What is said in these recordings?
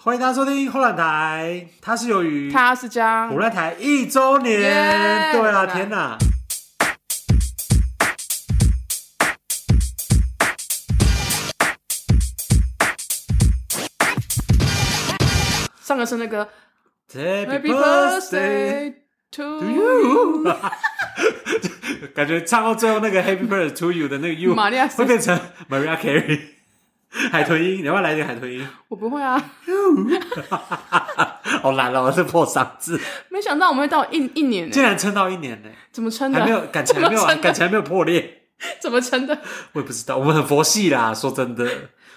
欢迎大家收听后浪台，它是由于他是江我，乱台一周年耶对啊，真的天哪！上个是那个 Happy Happy Birthday Birthday to to you， you，感觉唱到最后那个 Happy Birthday to you 的那个 you 玛利亚会变成 Maria Carey 海豚音，你要不要来一点海豚音？我不会啊，好难哦，这破嗓子，没想到我们会到一一年呢竟，然撑到一年呢，怎么撑还没的？有感情还没有啊怎么撑的感情还没有破裂，怎么撑的？我也不知道，我们很佛系啦，说真的，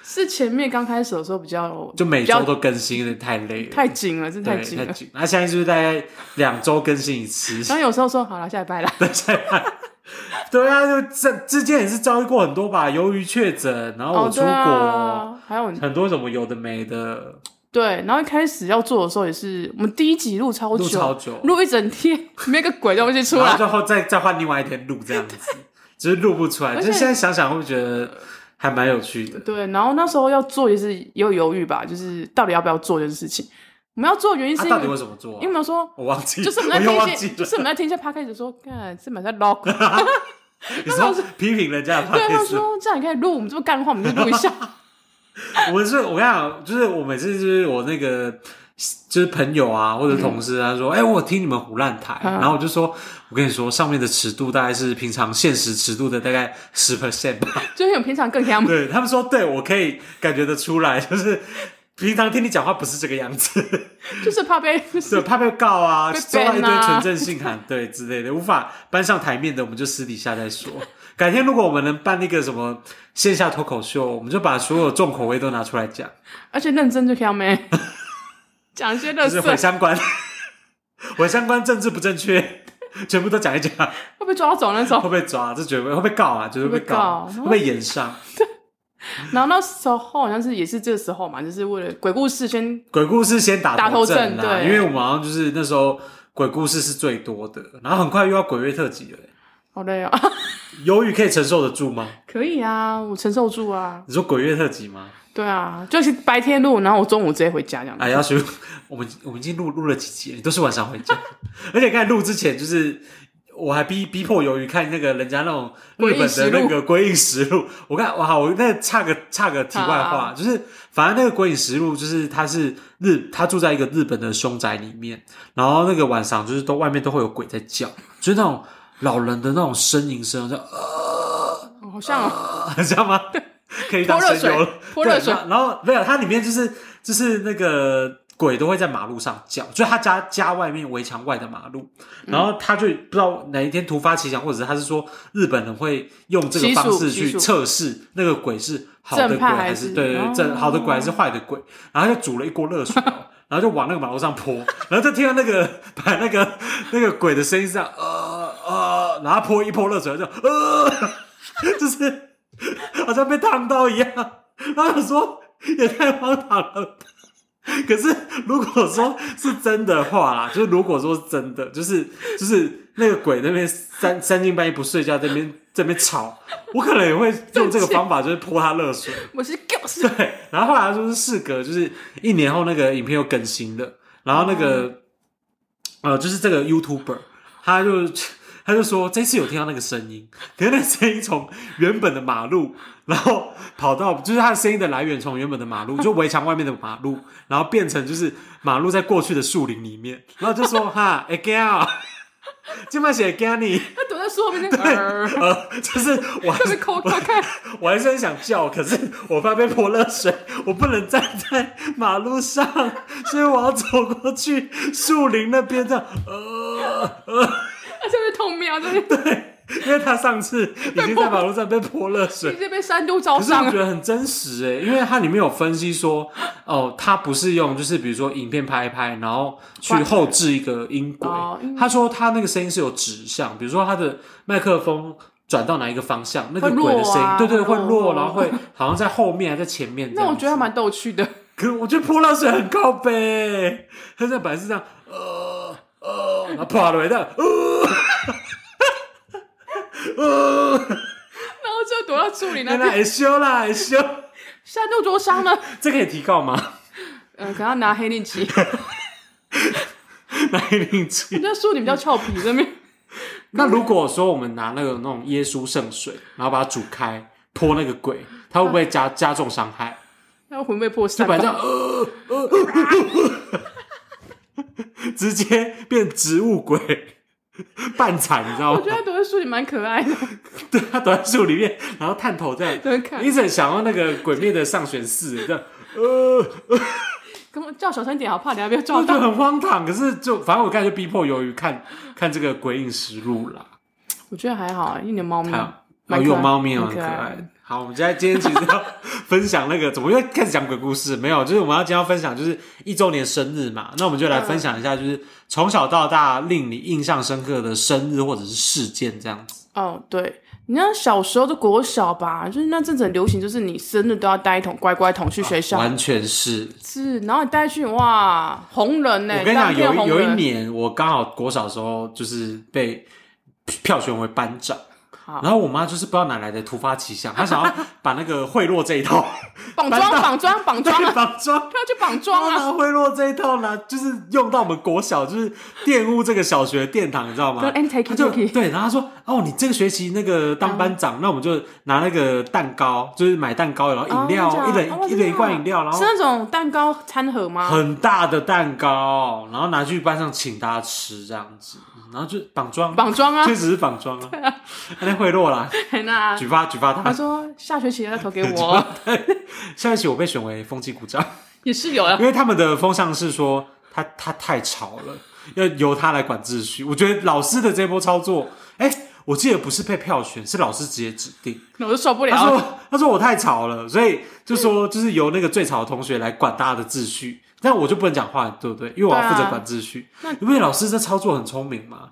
是前面刚开始的时候比较就每比较周都更新，有点太累了，太紧了，真的对太紧了。哎紧。那现在是不是大概两周更新一次？ 啊然后有时候说好了，下礼拜啦，对啊，就这之间也是遭遇过很多吧，由于确诊，然后我哦出对国，啊，还有很多什么有的没 的，对，然后一开始要做的时候也是，我们第一集录超录久，超久，录一整天，没个鬼东西出然后来。最后再再换另外一天录这样子，只是录不出来。而就且是现在想想，会觉得还蛮有趣的。对，然后那时候要做也是也有犹豫吧，就是到底要不要做这件事情。我们要做的原因他、是因为，到底为什么做、啊因为？我们说，我忘记，就是我我们在又听忘一记些，了。就是我们在听一些 podcast 说，看这满在 log， 你说批评人家的话对，啊他啊也是，说这样你可以录，我们这么干的话，我们就录一下。 我是我跟你讲，就是我每次就是我那个就是朋友啊或者同事啊说，哎、我听你们胡乱台，嗯然后我就说，我跟你说上面的尺度大概是平常现实尺度的大概十 percent 吧。就是我们平常更香，对他们说，对我可以感觉得出来， 就是平常听你讲话不是这个样子， 就是怕被对，怕被告啊，被收到一 ban 堆啊纯正信函， 对之类的，无法搬上台面的，我们就私底下再说。改天如果我们能办那个什么线下脱口秀，我们就把所有重口味都拿出来讲。而且认真就香没， 讲一些乐就是色，毁会三观， 毁三观，政治不正确， 全部都讲一讲，会被抓走那种。被抓，这绝对会被告啊，绝对会被被告，告会被延上。然后那时候好像是也是这时候嘛，就是为了鬼故事先鬼故事先打打头阵阵啦，对因为我们好像就是那时候鬼故事是最多的，然后很快又要鬼月特辑了。好累哦，鱿鱼可以承受得住吗？ 可以啊，我承受住啊，你说鬼月特辑吗？对啊，就是白天录，然后我中午直接回家这样子。哎，要学我们我们已经录录了几集了，你都是晚上回家， 而且刚才录之前就是。我还逼逼迫鱿鱼看那个人家那种日本的那个《鬼影实录》，我看哇，我那差个差个题外啊话，就是反正那个《鬼影实录》就是他是日，他住在一个日本的凶宅里面，然后那个晚上就是都外面都会有鬼在叫，就是那种老人的那种呻吟声，就 哦好像哦，你知道吗？ 可以啊当泼热神游水了，泼热对水然后然后没有，它里面就是就是那个鬼都会在马路上叫，就他家家外面围墙外的马路，嗯然后他就不知道哪一天突发奇想，或者是他是说日本人会用这个习俗方式习去俗测试那个鬼是好的鬼正还派还是是对对哦正好的鬼还是坏的鬼，然后就煮了一锅热水哦。然后就往那个马路上泼，然后就听到那个把那个那个鬼的声音是这样，呃呃，然后泼一泼热水就呃， 就是好像被烫到一样。然后我说也太荒唐了吧。可是如果说是真的话啦，就是如果说是真的，就是就是那个鬼那边三三更半夜不睡觉，这边这边吵，我可能也会用这个方法，就是泼他热水。我是 ghost，对，然后后来就是事隔就是一年后那个影片又更新了，然后那个、呃，就是这个 YouTuber 他就他就说这次有听到那个声音，可是那声音从原本的马路，然后跑到就是他的声音的来源从原本的马路，就围墙外面的马路，然后变成就是马路在过去的树林里面，然后就说哈，again，今晚写 again 你，他躲 在树后面那边，呃呃，就是我还特别抠 看看，我还是很想叫，可是我怕被泼热水，我不能站在马路上，所以我要走过去树林那边这样。呃，他特别痛喵，就是因为他上次已经在马路上被泼热水直，接被山都招啊可是我上觉了。得很真实欸诶、因为它里面有分析说，哦，它不是用就是比如说影片拍一拍，然后去后置一个音轨哦音。他说他那个声音是有指向，比如说他的麦克风转到哪一个方向，那个会鬼的声音落，啊对对，会会落，落然后会好像在后面还在前面这样子。 那我觉得还蛮逗趣的， 可是我觉得泼浪水很靠背，他在本来是这样，呃呃，然后泼了一 下，呃呃，然后就躲到树里原那来边，害羞啦害羞， 山都灼伤了。这可以提告吗？嗯、可能要拿黑令旗， 那一定气。人家说你比较俏皮，这边 那如果说我们拿那个那种耶稣圣水，然后把它煮开泼那个鬼，它会不会加加重伤害？要魂被破就散吧。反正呃呃呃呃呃直接变植物鬼， 半残，你知道我吗觉？得躲在树里蛮可爱的， 对，他躲在树里面，然后探头这样在那看一直很想要那个鬼灭的上选四，这样呃，跟我叫小声一点，好怕等下被 我抓觉得到。很荒唐。可是就反正我刚才就逼迫鱿鱼看看这个《鬼影实录》啦，我觉得还好，因为你的猫咪好，嗯蛮哦，可爱有猫咪蛮很可可爱爱的。好，我们现在今天其实要分享那个，怎么又开始讲鬼故事？没有，啊就是我们要今天要分享就是一周年生日嘛，那我们就来分享一下，就是从小到大令你印象深刻的生日或者是事件这样子。哦，对，你像小时候的国小吧，就是那阵子很流行，就是你生日都要带一桶乖乖桶去学校、完全是。是，然后你带去哇，红人呢、我跟你讲，当有天一红有一人年，我刚好国小的时候就是被票选为班长，好然后我妈就是不知道哪来的突发奇想，她想 要把那个贿赂这一套绑班装长绑装绑装对啊，绑 装。不要去绑然装后 啊，拿贿赂这一套呢，就是用到我们国小，就是玷污这个小学殿堂，你知道吗跟？and take 他 it 就 take it，对，然后他说：“哦，你这个学期那个当班长，那我们就拿那个蛋糕，就是买蛋糕，然后饮料，哦那一种人、哦我一知人一道罐饮料，然是后那种蛋糕餐盒吗？很大的蛋糕，然后拿去班上请大家吃，这样子，然后就绑装，绑装啊就，只是绑装 啊，那贿赂啦，那举发举发他他。说下学期要投给 我，啊下学期我被选为风纪股长。”也是有啊了因为他们的风向是说他他太吵了，要由他来管秩序。我觉得老师的这波操作，哎、我记得不是被票选，是老师直接指定。那我就受不他了了。说他说我太吵了，所以就说就是由那个最吵的同学来管大家的秩序。但我就不能讲话，对不对？因为我要负责管秩序。对啊因为老师这操作很聪明嘛，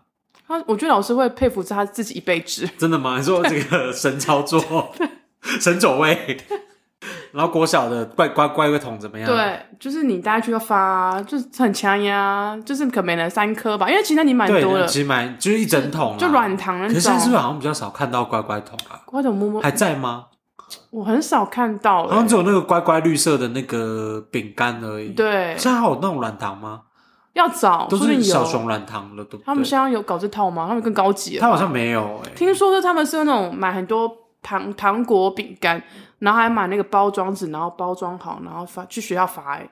他我觉得老师会佩服是他自己一辈子，真的吗？你说这个神操作， 神走位。然后国小的乖乖乖乖桶怎么样？对，就是你大家去要发，啊就是很强呀，就是可能每人三颗吧，因为其实你蛮多对，的，其实蛮就是一整桶啊，就软糖那可是现在是不是种。好像比较少看到乖乖桶啊？瓜总摸摸，还在吗？我很少看到欸好像了。只有那个乖乖绿色的那个饼干而已。，对，现在还有那种软糖吗？要找，都说不定是小有。熊软糖了，对不他们对？现在有搞这套吗？他们更高级了。它好像没有哎、听说是他们是那种买很多糖糖果饼干，然后还买那个包装纸，然后包装好，然后发去学校发、欸。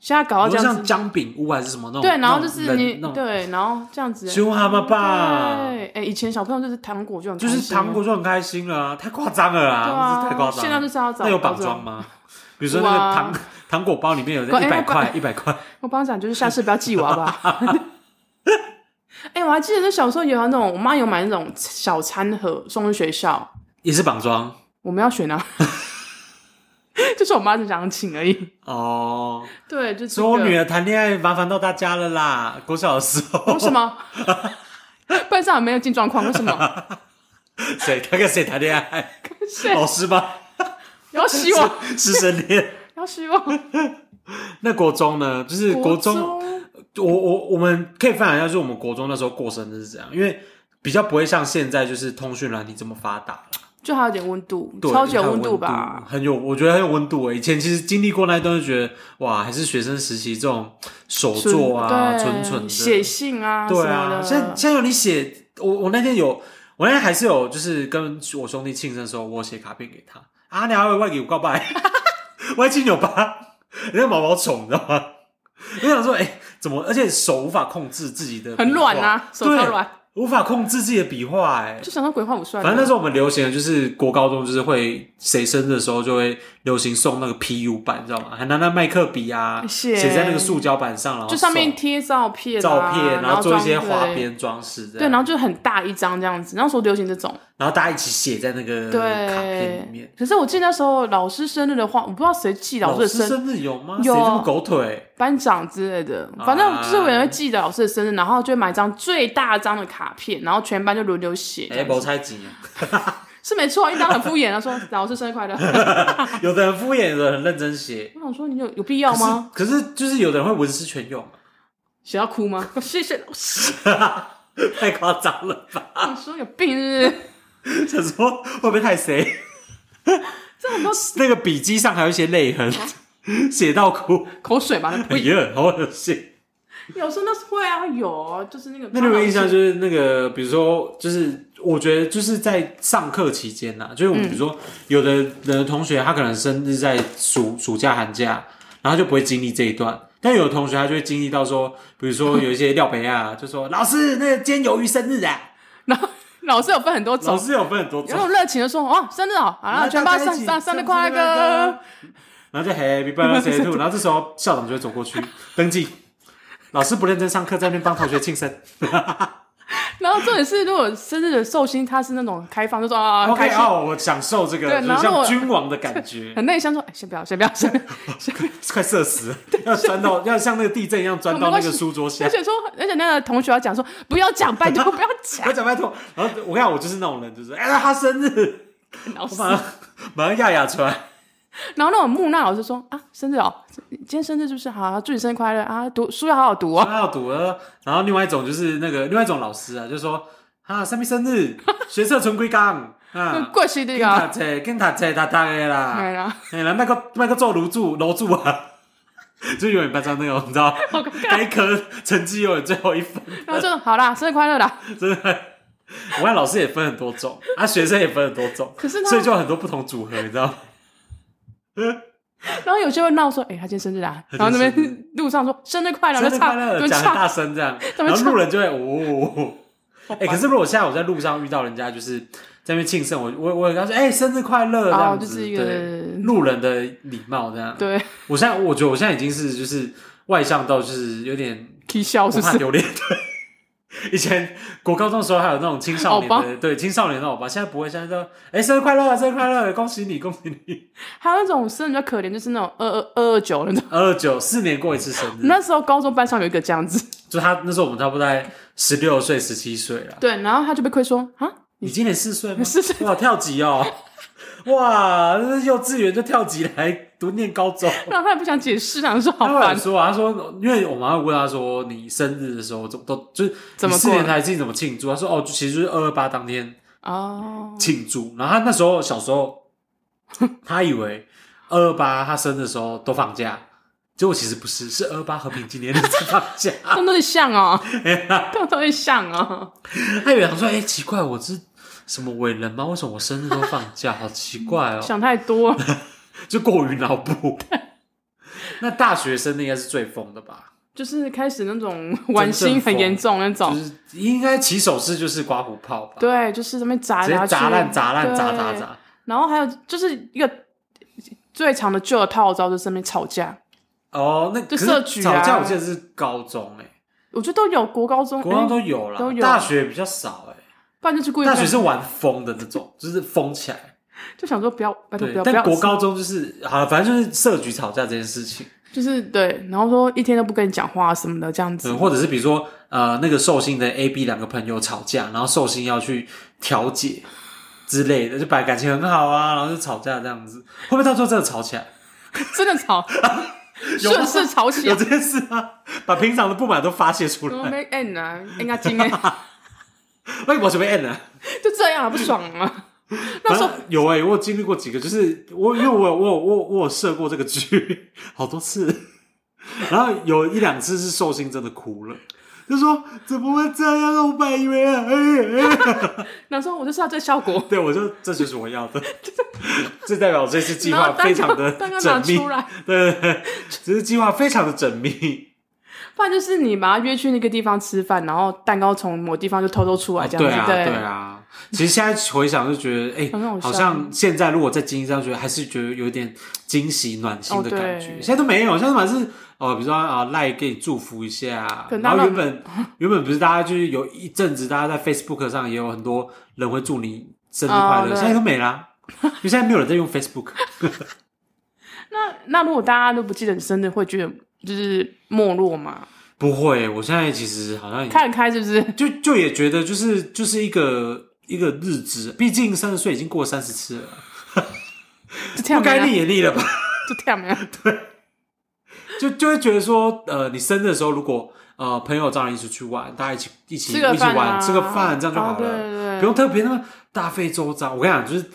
现在搞到比这如样像子，姜饼屋还是什么那种，对，然后那就种是冷你那种，对，然后这样子、熊蛤蟆吧，对，哎、以前小朋友就是糖果就很就开是心糖果就很开心了啊，太夸张了对啊，啊，这太夸现张在了。就是要找那有绑包装装。吗？比如说那个哇糖糖果包里面有 乖一百哎块，一百块，我帮你讲，就是下次不要寄我好不好？ 哎、我还记得那小时候有那种，我妈有买那种小餐盒送去学校，也是绑装我们要选啊， 就是我妈只想请而已。哦。对，就这说我女个。儿谈恋爱麻烦到大家了啦，国小的时 候为 什么？不然这样没有进状况，为什么？谁他跟谁谈恋爱？谁 老师吧，要洗我， 师生恋。要洗我。那国中呢？就是国中，我我我们可以分享一下，就是我们国中那时候过生日是怎样，因为比较不会像现在就是通讯软体这么发达啦，就还有点温度，对超级有温温度吧？，很有，我觉得很有温度诶、欸以前其实经历过那一段，就觉得哇，还是学生时期这种手纯作啊，对纯纯的写信啊，对什么啊，的现在现在有你写，我我那天有，我那天还是有，就是跟我兄弟庆生的时候，我有写卡片给他啊，你还会外给我告白， 我还亲扭巴，人家毛毛虫，你知道吗？我想说，哎、怎么？而且手无法控制自己的，很软，啊，手超对软，无法控制自己的笔画、哎。就想到鬼话不算了。反正那时候我们流行的就是国高中，就是会谁生日的时候就会流行送那个 PU 板，你知道吗？还拿那麦克笔啊，写写在那个塑胶板上，然后就上面送贴照片啊、照片，然后做一些装花，边装饰，这对样对，然后就很大一张这样子。那时候流行这种，然后大家一起写在那个嗯卡片里面对。。可是我记得那时候老师生日的话，我不知道谁记老师的师生日，生日有吗？有啊谁这么狗腿？班长之类的，啊反正就是有人会记得老师的生日，然后就会买一张最大张的卡片，然后全班就轮流写，哎，谋猜忌，是没错啊，一张很敷衍啊，说 老师生日快乐。 有的人敷衍，有的人认真写。我想说你有有必要吗？可是？可是就是有的人会文思泉涌，啊写到哭吗？谢谢老师， 太夸张了吧？我想说有病是 不是？想说会不会太谁？这很 多啊那个笔记上还有一些泪痕，写到哭，口水吧，那哎 呸！呀，好恶心。有时候那是会啊，有啊就是那个。那你有没有印象，就是那个，比如说，就是我觉得就是在上课期间呐、就是我们比如说，有的人的同学他可能生日在暑暑假、寒假，然后他就不会经历这一段。但有的同学他就会经历到说，比如 说有一些廖北亚就说老师，那个煎鱿鱼生日啊，然后老师有分很多 老种，师有分很多种然，后热情的说：“哦，生日好，好然后了，全大班家上一起上生日快生日快乐乐。 然后就 Happy Birthday to，然后这时候校长就会走过去登 记，老师不认真上课，在那边帮同学庆生。”然后重点是，如果生日的寿星他是那种开放，就说啊， OK，开心，哦，我享受这个，对就然是后像我君王的感觉，很内向，说哎先不要，先不要，先不要。先不要 快射死了，要钻到，要像那个地震一样钻到那个书桌下而。且说，而且那个同学要讲说，不要讲，拜托不要讲我，讲拜托，然后我看我就是那种人，就是哎，他生日，老我师。马上马上压压出来，然后那种木讷老师说啊，生日哦，今天生日是不是？好，祝你生日快乐啊，读书要好好读哦。他要读了。然后另外一种就是那个另外一种老师啊，就说啊，三明生日，学测存归纲啊，过去那跟他个，册跟他册他大的啦对，啦，哎啦，那个那个做楼主楼主啊， 就永远班上那种，你知道，好尴尬。该科成绩永远最后一分。啊然后就好啦，生日快乐啦。 真的。我看老师也分很多种，啊，学生也分很多种，可是他所以就有很多不同组合，你知道吗？然后有些会闹说，哎，他今天生日啦。今然后天那生日边 路上说生日快乐，生就日快乐，唱，就讲很唱。大声这样， 他然们后唱路人就会哦。好哎、烦可是如果现在我在路上遇到人家就是在那边庆生，我我我跟他说，哎、生日快乐，这哦样，子，就是一对个路人的礼貌这样。对我现在我觉得我现在已经是就是外向到就是有点 K 笑不是不怕是？丢脸。 对，以前国高中的时候还有那种青少年欧的，对青少年的欧巴，现在不会，现在都哎、生日快乐，生日快乐，恭喜你，恭喜你，还有那种生日比较可怜，就是那种二二二二九那种。二九四年过一次生日，那时候高中班上有一个这样子，就他那时候我们差不多在十六岁、十七岁了。对，然后他就被亏说啊，你今年四岁吗？ 四岁哇，跳级 哦，哇，那幼稚园就跳级来读念高中。然后他也不想解释，想说好他烦乱。说啊，他说，因为我妈会问他说，你生日的时候怎么都就是怎么你四过年台自己怎么庆祝？他说哦，其实就是二二八当天哦，庆祝。然后他那时候小时 候，他以为二二八他生的时候都放假，结果其实不是，是二二八和平纪念日才放假。动作很像 哦，哎动作很像哦。他以为想说，哎、奇怪，我是什么伟人吗？为什么我生日都放假？好奇怪 哦，想太多，就过于脑补。 那大学生的应该是最疯的吧？就是开始那种玩心很严重那就种。是应该起手式就是刮胡泡吧，对，就是在那边砸直接砸去砸烂、砸烂、对砸砸砸。然后还有就是一个最长的旧的套招，就是在那边吵架。哦，那就可是社区啊吵架，我记得是高中哎、我觉得都有国高中，国中哎都有啦，都有大学比较少哎、不然就是故意大学是玩疯的那种，就是疯起来。就想说不要，拜托对不要，，不但要国高中就是好，反正就是社局吵架这件事情，就是对，然后说一天都不跟你讲话什么的这样子嗯，。或者是比如说呃，那个寿星的 A、B 两个朋友吵架，然后寿星要去调解之类的，就本来感情很好啊，然后就吵架这样子，会不会到最后真的吵起来？真的吵，有吗顺势吵起有来，这件事啊，把平常的不满都发泄出怎来，么没 end 啊？应该今天 为我准备 end 了。就这样啊，不爽啊。那反时正候有哎、我有经历过几个，就是我因为我有我有我有我有设过这个剧好多次，然后有一两次是寿星真的哭了，就说怎么会这样啊？我本来以为啊，哎哎那时候我就是要这效果， 对我就这就是我要的， 这代表我这次计然后划蛋糕非常的蛋糕拿缜密出，来，对对对，只是计划非常的缜密，不然就是你把他约去那个地方吃饭，然后蛋糕从某地方就偷偷出来这对样啊子，对啊。其实现在回想就觉得，哎、很好笑好像现在如果再经历这样，觉得还是觉得有点惊喜、暖心的哦对感觉。现在都没有，现在反正是哦，比如说啊，赖给你祝福一下啊可，能然后他原们 本原本不是大家就是有一阵子，大家在 Facebook 上也有很多人会祝你生日快哦乐，对现在都没啦，因为现在没有人在用 Facebook。那那如果大家都不记得你生日，会觉得就是没落嘛？不会，我现在其实好像已经看得开是不 是？就就也觉得就是就是一个一个日子，毕竟三十岁已经过三十次 了，就跳不没该了，腻也腻了吧。 就跳没了。就就会觉得说，呃，你生日的时候，如果呃朋友找你一起去玩，大家一起一起吃个一起饭啊，玩，吃个饭，这样就好哦对了，对对，不用特别那么大费周章。我跟你讲，就是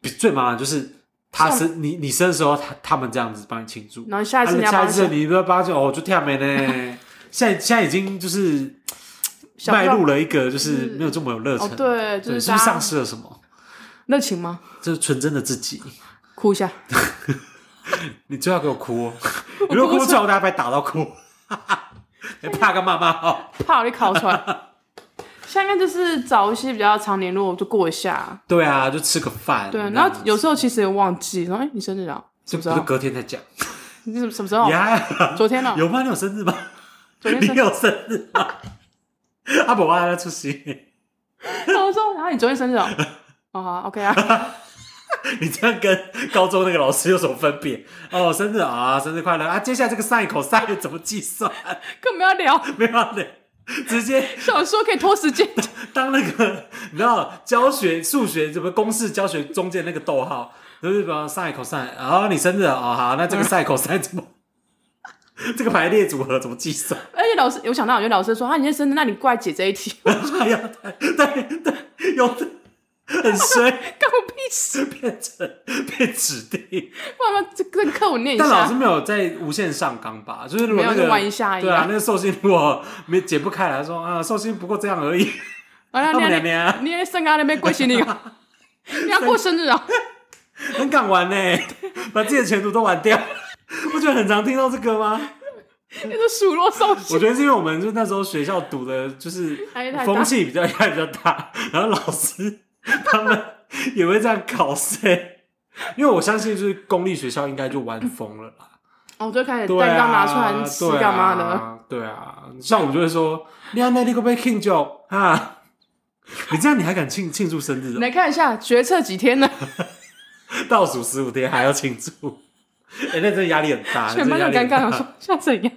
比最麻烦的就是他生你你生的时候，他他们这样子帮你庆祝，然后下一次你要下一帮他次想你不要帮他庆祝哦，就跳没 呢。现在现在已经就是想不迈到入了一个就是是没有这么有热哦忱，，对，就对，是大不是家丧失了什么？热情吗？这是纯真的自己，哭一下，你最好给我 哭、哦，你如果哭最好大家被打到哭，你怕个妈妈哦。怕我被烤 出来。下面就是找一些比较常联络，就过一下。对啊，就吃个饭。对，那然后有时候其实也忘记，然后哎、你生日了？这什么不时是候？隔天再讲？你什么什么时候？呀，昨天呢、有吗？你有生日吗？哦昨天你生日。有生日吗？ 阿伯阿在出席， 然后我说，然后你昨天生日哦。 哦，好，OK 啊。你这样跟高中那个老师有什么分别？哦，生日啊，生日快乐啊！接下来这个 sin cos 怎么计算？ 更不要聊，没有的，直接想说可以拖时间，当那个你知道教学数学什么公式教学中间那个逗号，就是比方 sin cos，然后你生日啊、哦，好，那这个 sin cos 怎么？这个排列组合怎么计算？而且老师有想到，我觉得老师说啊，你今天生日，那你过来解这一题， 哎呀，对对对，有的很衰，干我屁事！变成被指定。不然这这课我念一但老下师，没有在无限上纲吧？就是如果那没有个就玩一下而已啊对啊，那个寿星如果没解不开来说啊，寿星不过这样而已，然后他们你还两边啊你还上纲那边跪 行李啊，你要过生日啊？很敢玩呢、把自己的前途都玩掉。 不觉得很常听到这个 吗？你是数落 寿我星，觉得是因为我们就那时候学校读的，就是压力太大风气比较压力比较大， 然后老师他们也会这样考试。因为我相信，就是公立学校应该就玩疯了啦。 哦，就开始对啊蛋糕拿出来吃干嘛的？？对啊，对啊像我们就会说，你要那那个被庆祝啊，你这样你还敢庆庆祝生 日、你哦？来看一下决策几天呢？倒数十五天还要庆 祝，哎、那真的压力很大，全班真都很的压力尴很尬，大我说现在怎样？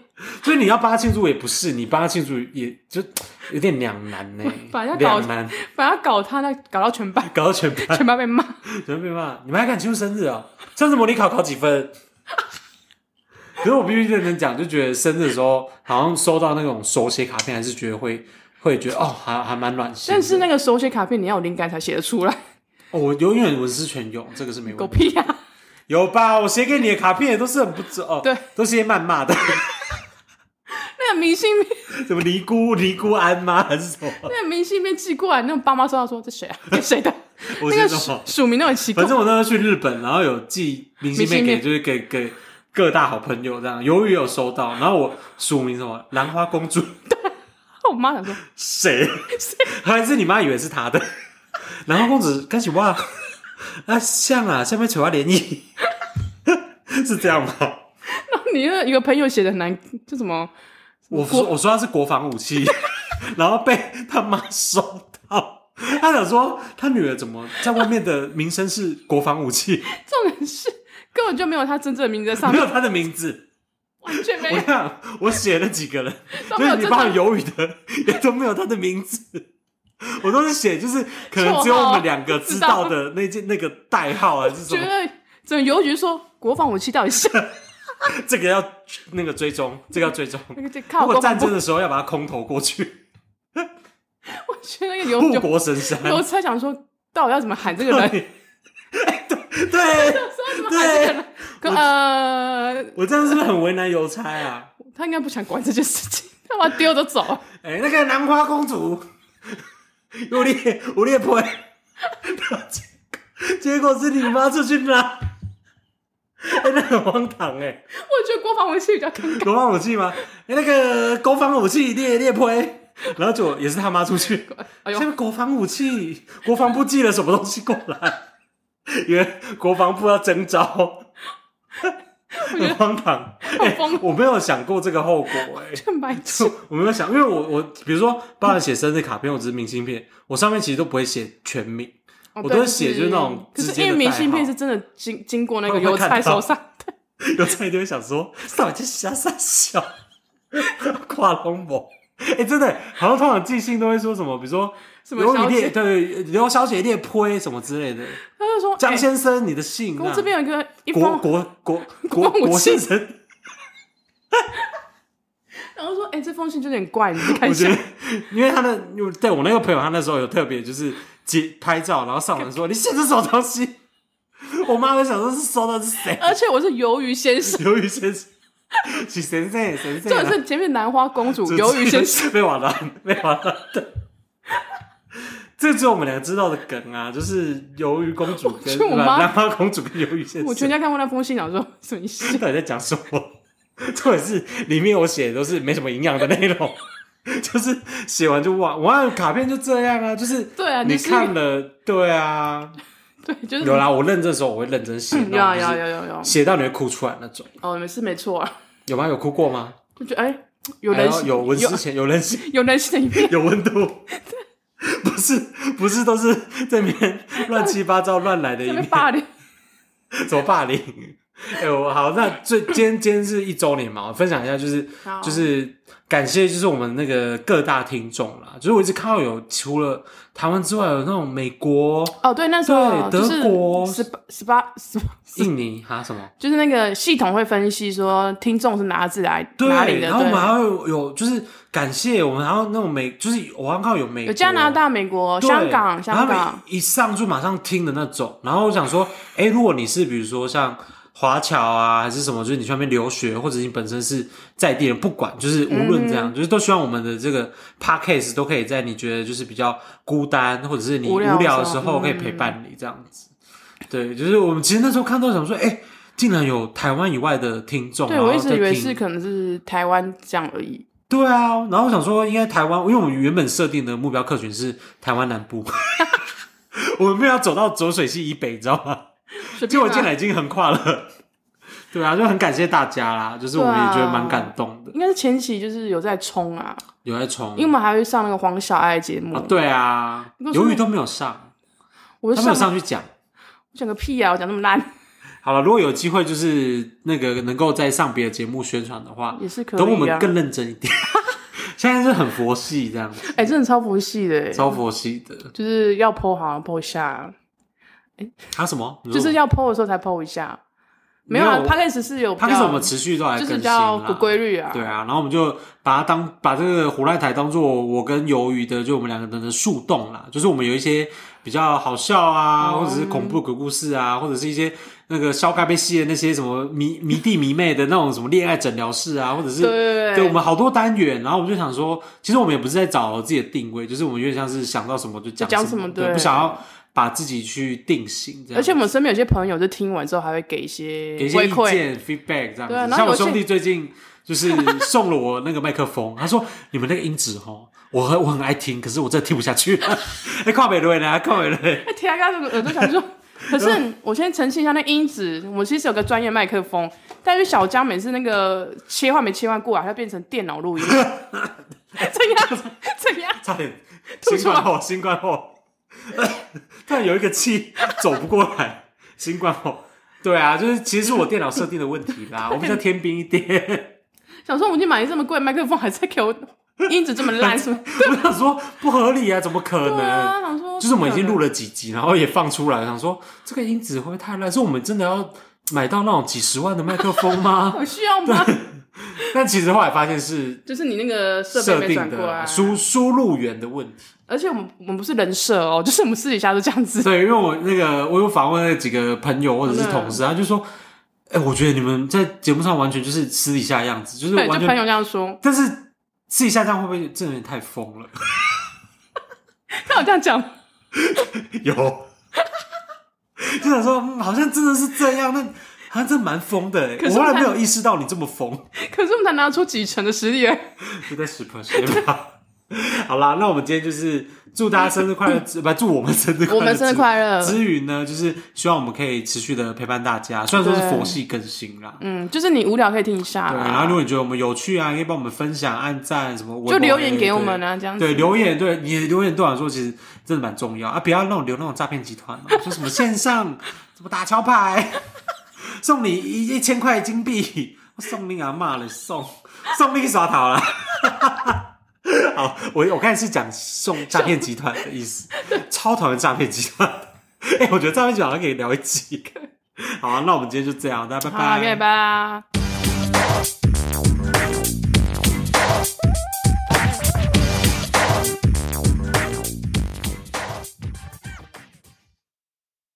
所以你要帮他庆祝也不是，你帮他庆祝也就有点两难呢、把人家搞两难，反正搞他，那搞到全班，搞到全班全班 被骂。全班被骂，你们还敢庆祝生日哦？上次模拟考考几分？可是我必须认真讲，就觉得生日的时候，好像收到那种手写卡片，还是觉得会会觉得哦，还还蛮暖心的。但是那个手写卡片，你要有灵感才写得 出来，哦，我永远文思泉涌，这个是没狗问题。屁啊！有吧？我写给你的卡片也都是很不值哦，对，都是些谩骂的，那个明信片，什么尼姑尼姑庵吗？还是什么？那个明信片寄过来，那种爸妈收到说这谁 啊？给谁的？我那是个什署么？署名都很奇 怪反。正我那时候去日本，然后有寄明信片明信给，片就是给给各大好朋友这样。由于有收到，然后我署名什么兰花公 主，哦我妈想说，谁？还是你妈以为是她的？ 兰花公主，干起哇！ 啊，像啊，下面扯花涟漪， 是这样吗？然后你那一个朋友写的很难，就什么我说我说他是国防武器， 然后被他妈收到。他想说，他女儿怎么在外面的名声是国防武器，重点是根本就没有他真正的名字在上没面，有他的名字。完全没我有。看我写了几个人，都就没有是你帮我真鱿鱼的也都没有他的名字，我都是写就是可能只有我们两个知道的那件那个代号啊，是什觉么？得整个邮局说国防武器到底是这个要那个追踪，这个要追踪。那个这靠如果国防战部争，的时候要把它空投过去，我觉得那个邮护邮国神山。邮差想说，到底要怎么喊这个人？对 对，说怎么啊喊这个人？可呃，我这样是不是很为难邮差啊？他应该不想管这件事情，他把他丢着走。哎、那个兰花公主， 我列我列婆， 结果是你妈出去拿，哎、那很荒唐哎、我觉得国防武器比较尴尬，国防武器吗？哎、那个国防武器列列坡，然后就也是他妈出去，哎下呦面国防武器，国防部寄了什么东西过来？因为国防部要征召，很荒唐。很疯哎我没有想过这个后果、哎，很白痴。 我没有想，因为我我比如说帮人写生日卡片，我只是明信片，我上面其实都不会写全名，哦我对都是写就是那种可直是接的因为明代信号片是真的经经过那会个不会邮差看到手上，对有在就会想说，到底在瞎傻笑， 跨龙膜。哎、真的，好像通常寄信都会说什么，比如说什么有你小列姐对刘小姐列推什么之类的。 他就说张哎先生，你的信、啊，我这边有一个一国封，国 国国国国武先器生，然后说，哎、这封信就有点怪，你去看我一下觉得。，因为他的，因为对我那个朋友，他那时候有特别就是截拍照，然后上传说你写这什么东西。我妈会想说是收到是谁？ 而且我是鱿鱼 先生，鱿鱼先生，是先生，先这生啊，是前面兰花公主鱿鱼先生，生被完了，被完了。这只有我们两个知道的梗啊，就是鱿鱼公主跟我觉得我妈兰花公主跟鱿鱼先生。我全家看过那封信，想说什么意思？ 到底在讲什么？重点是里面我写的都是没什么营养的内容， 就是写完就忘，哇，卡片就这样啊，就是对啊，你是看了，对啊，对，就是有啦，我认真的时候我会认真写，有那啊种有就啊是有有有，写到你会哭出来那种，哦，你们是没错啊，有吗？有哭过吗？就觉得哎，有人哎呦性有文有思前，有人 性，有人性的一面， 有温度。不是不是，都是这 边乱七八糟乱来的一这面边，霸凌，怎么霸凌？ 哎、我好，那最今天今天是一周年嘛，我分享一下， 就是好就是感谢，就是我们那个各大听众啦。就是我一直看到有除了台湾之外，有那种美国、哦，对，那时候对就是德国十八十八十八，印尼哈什么，就是那个系统会分析说听众是哪自来哪里对，的，然后我们对，还有有就是感谢我们，还有那种美，就是我刚看到有美国有加拿。大、美国、对香港、然后香他港们，一上就马上听的那种，然后我想说，哎、如果你是比如说像华侨啊，还是什么，就是你去那边留学，或者你本身是在地人，不管，就是无嗯论怎样，就是都希望我们的这个 podcast 都可以在你觉得就是比较孤单，或者是你无无聊的聊的时时候候可以陪伴你这样子。对，就是我们其实那时候看到想说，哎、竟然有台湾以外的听众，对然后我一直在以为听是可能是台湾这样而已，对啊，然后我想说，应该台湾，因为我们原本设定的目标客群是台湾南部， 我们没有要走到浊水溪以北，你知道吗？随结便果啊进来已经横跨了。对啊，就很感谢大家啦，就是我们也觉得蛮感动的，应该是前期就是有在冲啊，有在冲因为我们还会上那个黄小爱节嗯目，啊，对啊，你跟我说鱿鱼都没有上，我他就没有上上去讲。我讲个屁啊，我讲那么烂 好了，如果有机会，就是那个能够再上别的节目宣传的话，也是可以、啊。等我们更认真一点。 现在是很佛系这样子，哎、真的超佛系的欸，超佛系的。就是要 PO 好 PO 一下，还有什么？你就说是要 PO 的时候才 PO 一下。没有没啊有 p a c k a g e 是有比较，它就是我们持续都来就更是新比较啦不规律啊。对啊，然后我们就把它当把这个胡赖台当做我跟鱿鱼的，就我们两个人的树洞啦，就是我们有一些比较好笑啊，哦或者是恐怖鬼故事啊，或者是一些那个消咖啡系的那些什么迷迷弟迷妹的那种什么恋爱诊疗室啊，或者是对对对我们好多单元，然后我们就想说，其实我们也不是在找自己的定位，就是我们有点像是想到什么就讲就讲什什么对，对不想要把自己去定型这样，而且我们身边有些朋友，就听完之后还会给一些给一些回意馈，见 feedback 这样对啊然子。后像我有些兄弟最近 就是送了我那个麦克风，他说你们那个音质哦，我很我很爱听，可是我真的听不下去 了。哎，跨美瑞呢？跨美 瑞，哎，听他刚刚耳朵想 说，可是我先澄清一下那音质，我们其实有个专业麦克风，但是小江每次那个切换没切换过来，它变成电脑 录音，怎样怎样？差点吐新出来冠后，新冠后， 突然有一个气走不过来，新冠后。对啊，就是其实是我电脑设定的问题 啦，我比较天兵一点。 想说我已经买了这么贵的麦克风，还在给我音质这么烂，是吗？我想说不合理啊，怎么可对能？啊，想说就是我们已经录了，了几集，然后也放出来，想说这个音质会不会太烂？是我们真的要买到那种几十万的麦克风吗？ 有需要吗？但其实后来发现是就是你那个设设备没定转过啊来的，输输入源的问题。而且我们我们不是人设哦，就是我们私底下都这样子，对，因为我那个我有访问那几个朋友或者是同嗯事，他就说，哎、我觉得你们在节目上完全就是私底下的样子，就是对，完就全，朋友这样说，但是私底下这样会不会真的有点太疯 了？他有这样讲，有，就想说、嗯好像真的是这样，那好像真的蛮疯的、欸。可我是后来我没看有意识到你这么疯。可是我们才拿出几成的实力而已，就在十 percent 吧。 好啦，那我们今天就是祝大家生日快乐 之，不祝我们生日快乐之， 我们生日快乐 之余呢，就是希望我们可以持续的陪伴大家，虽然说是佛系更新啦。嗯，就是你无聊可以听一下对，啦，然后如果你觉得我们有趣啊，可以帮我们分享、按赞什么，就留言给我们啊，这样对。子。对，留言对你的留言对我来说其实真的蛮重要啊！不要那种留那种诈骗集团 嘛，说什么线上什么打桥牌， 送你一一千块金币，送你阿骂了送送你耍桃啦。 好，我我刚才是讲送诈骗集团的意 思，超讨厌诈骗集团。 哎、我觉得诈骗集团好像可以聊一集。好、啊，那我们今天就这样，大家拜好，拜，可以吧？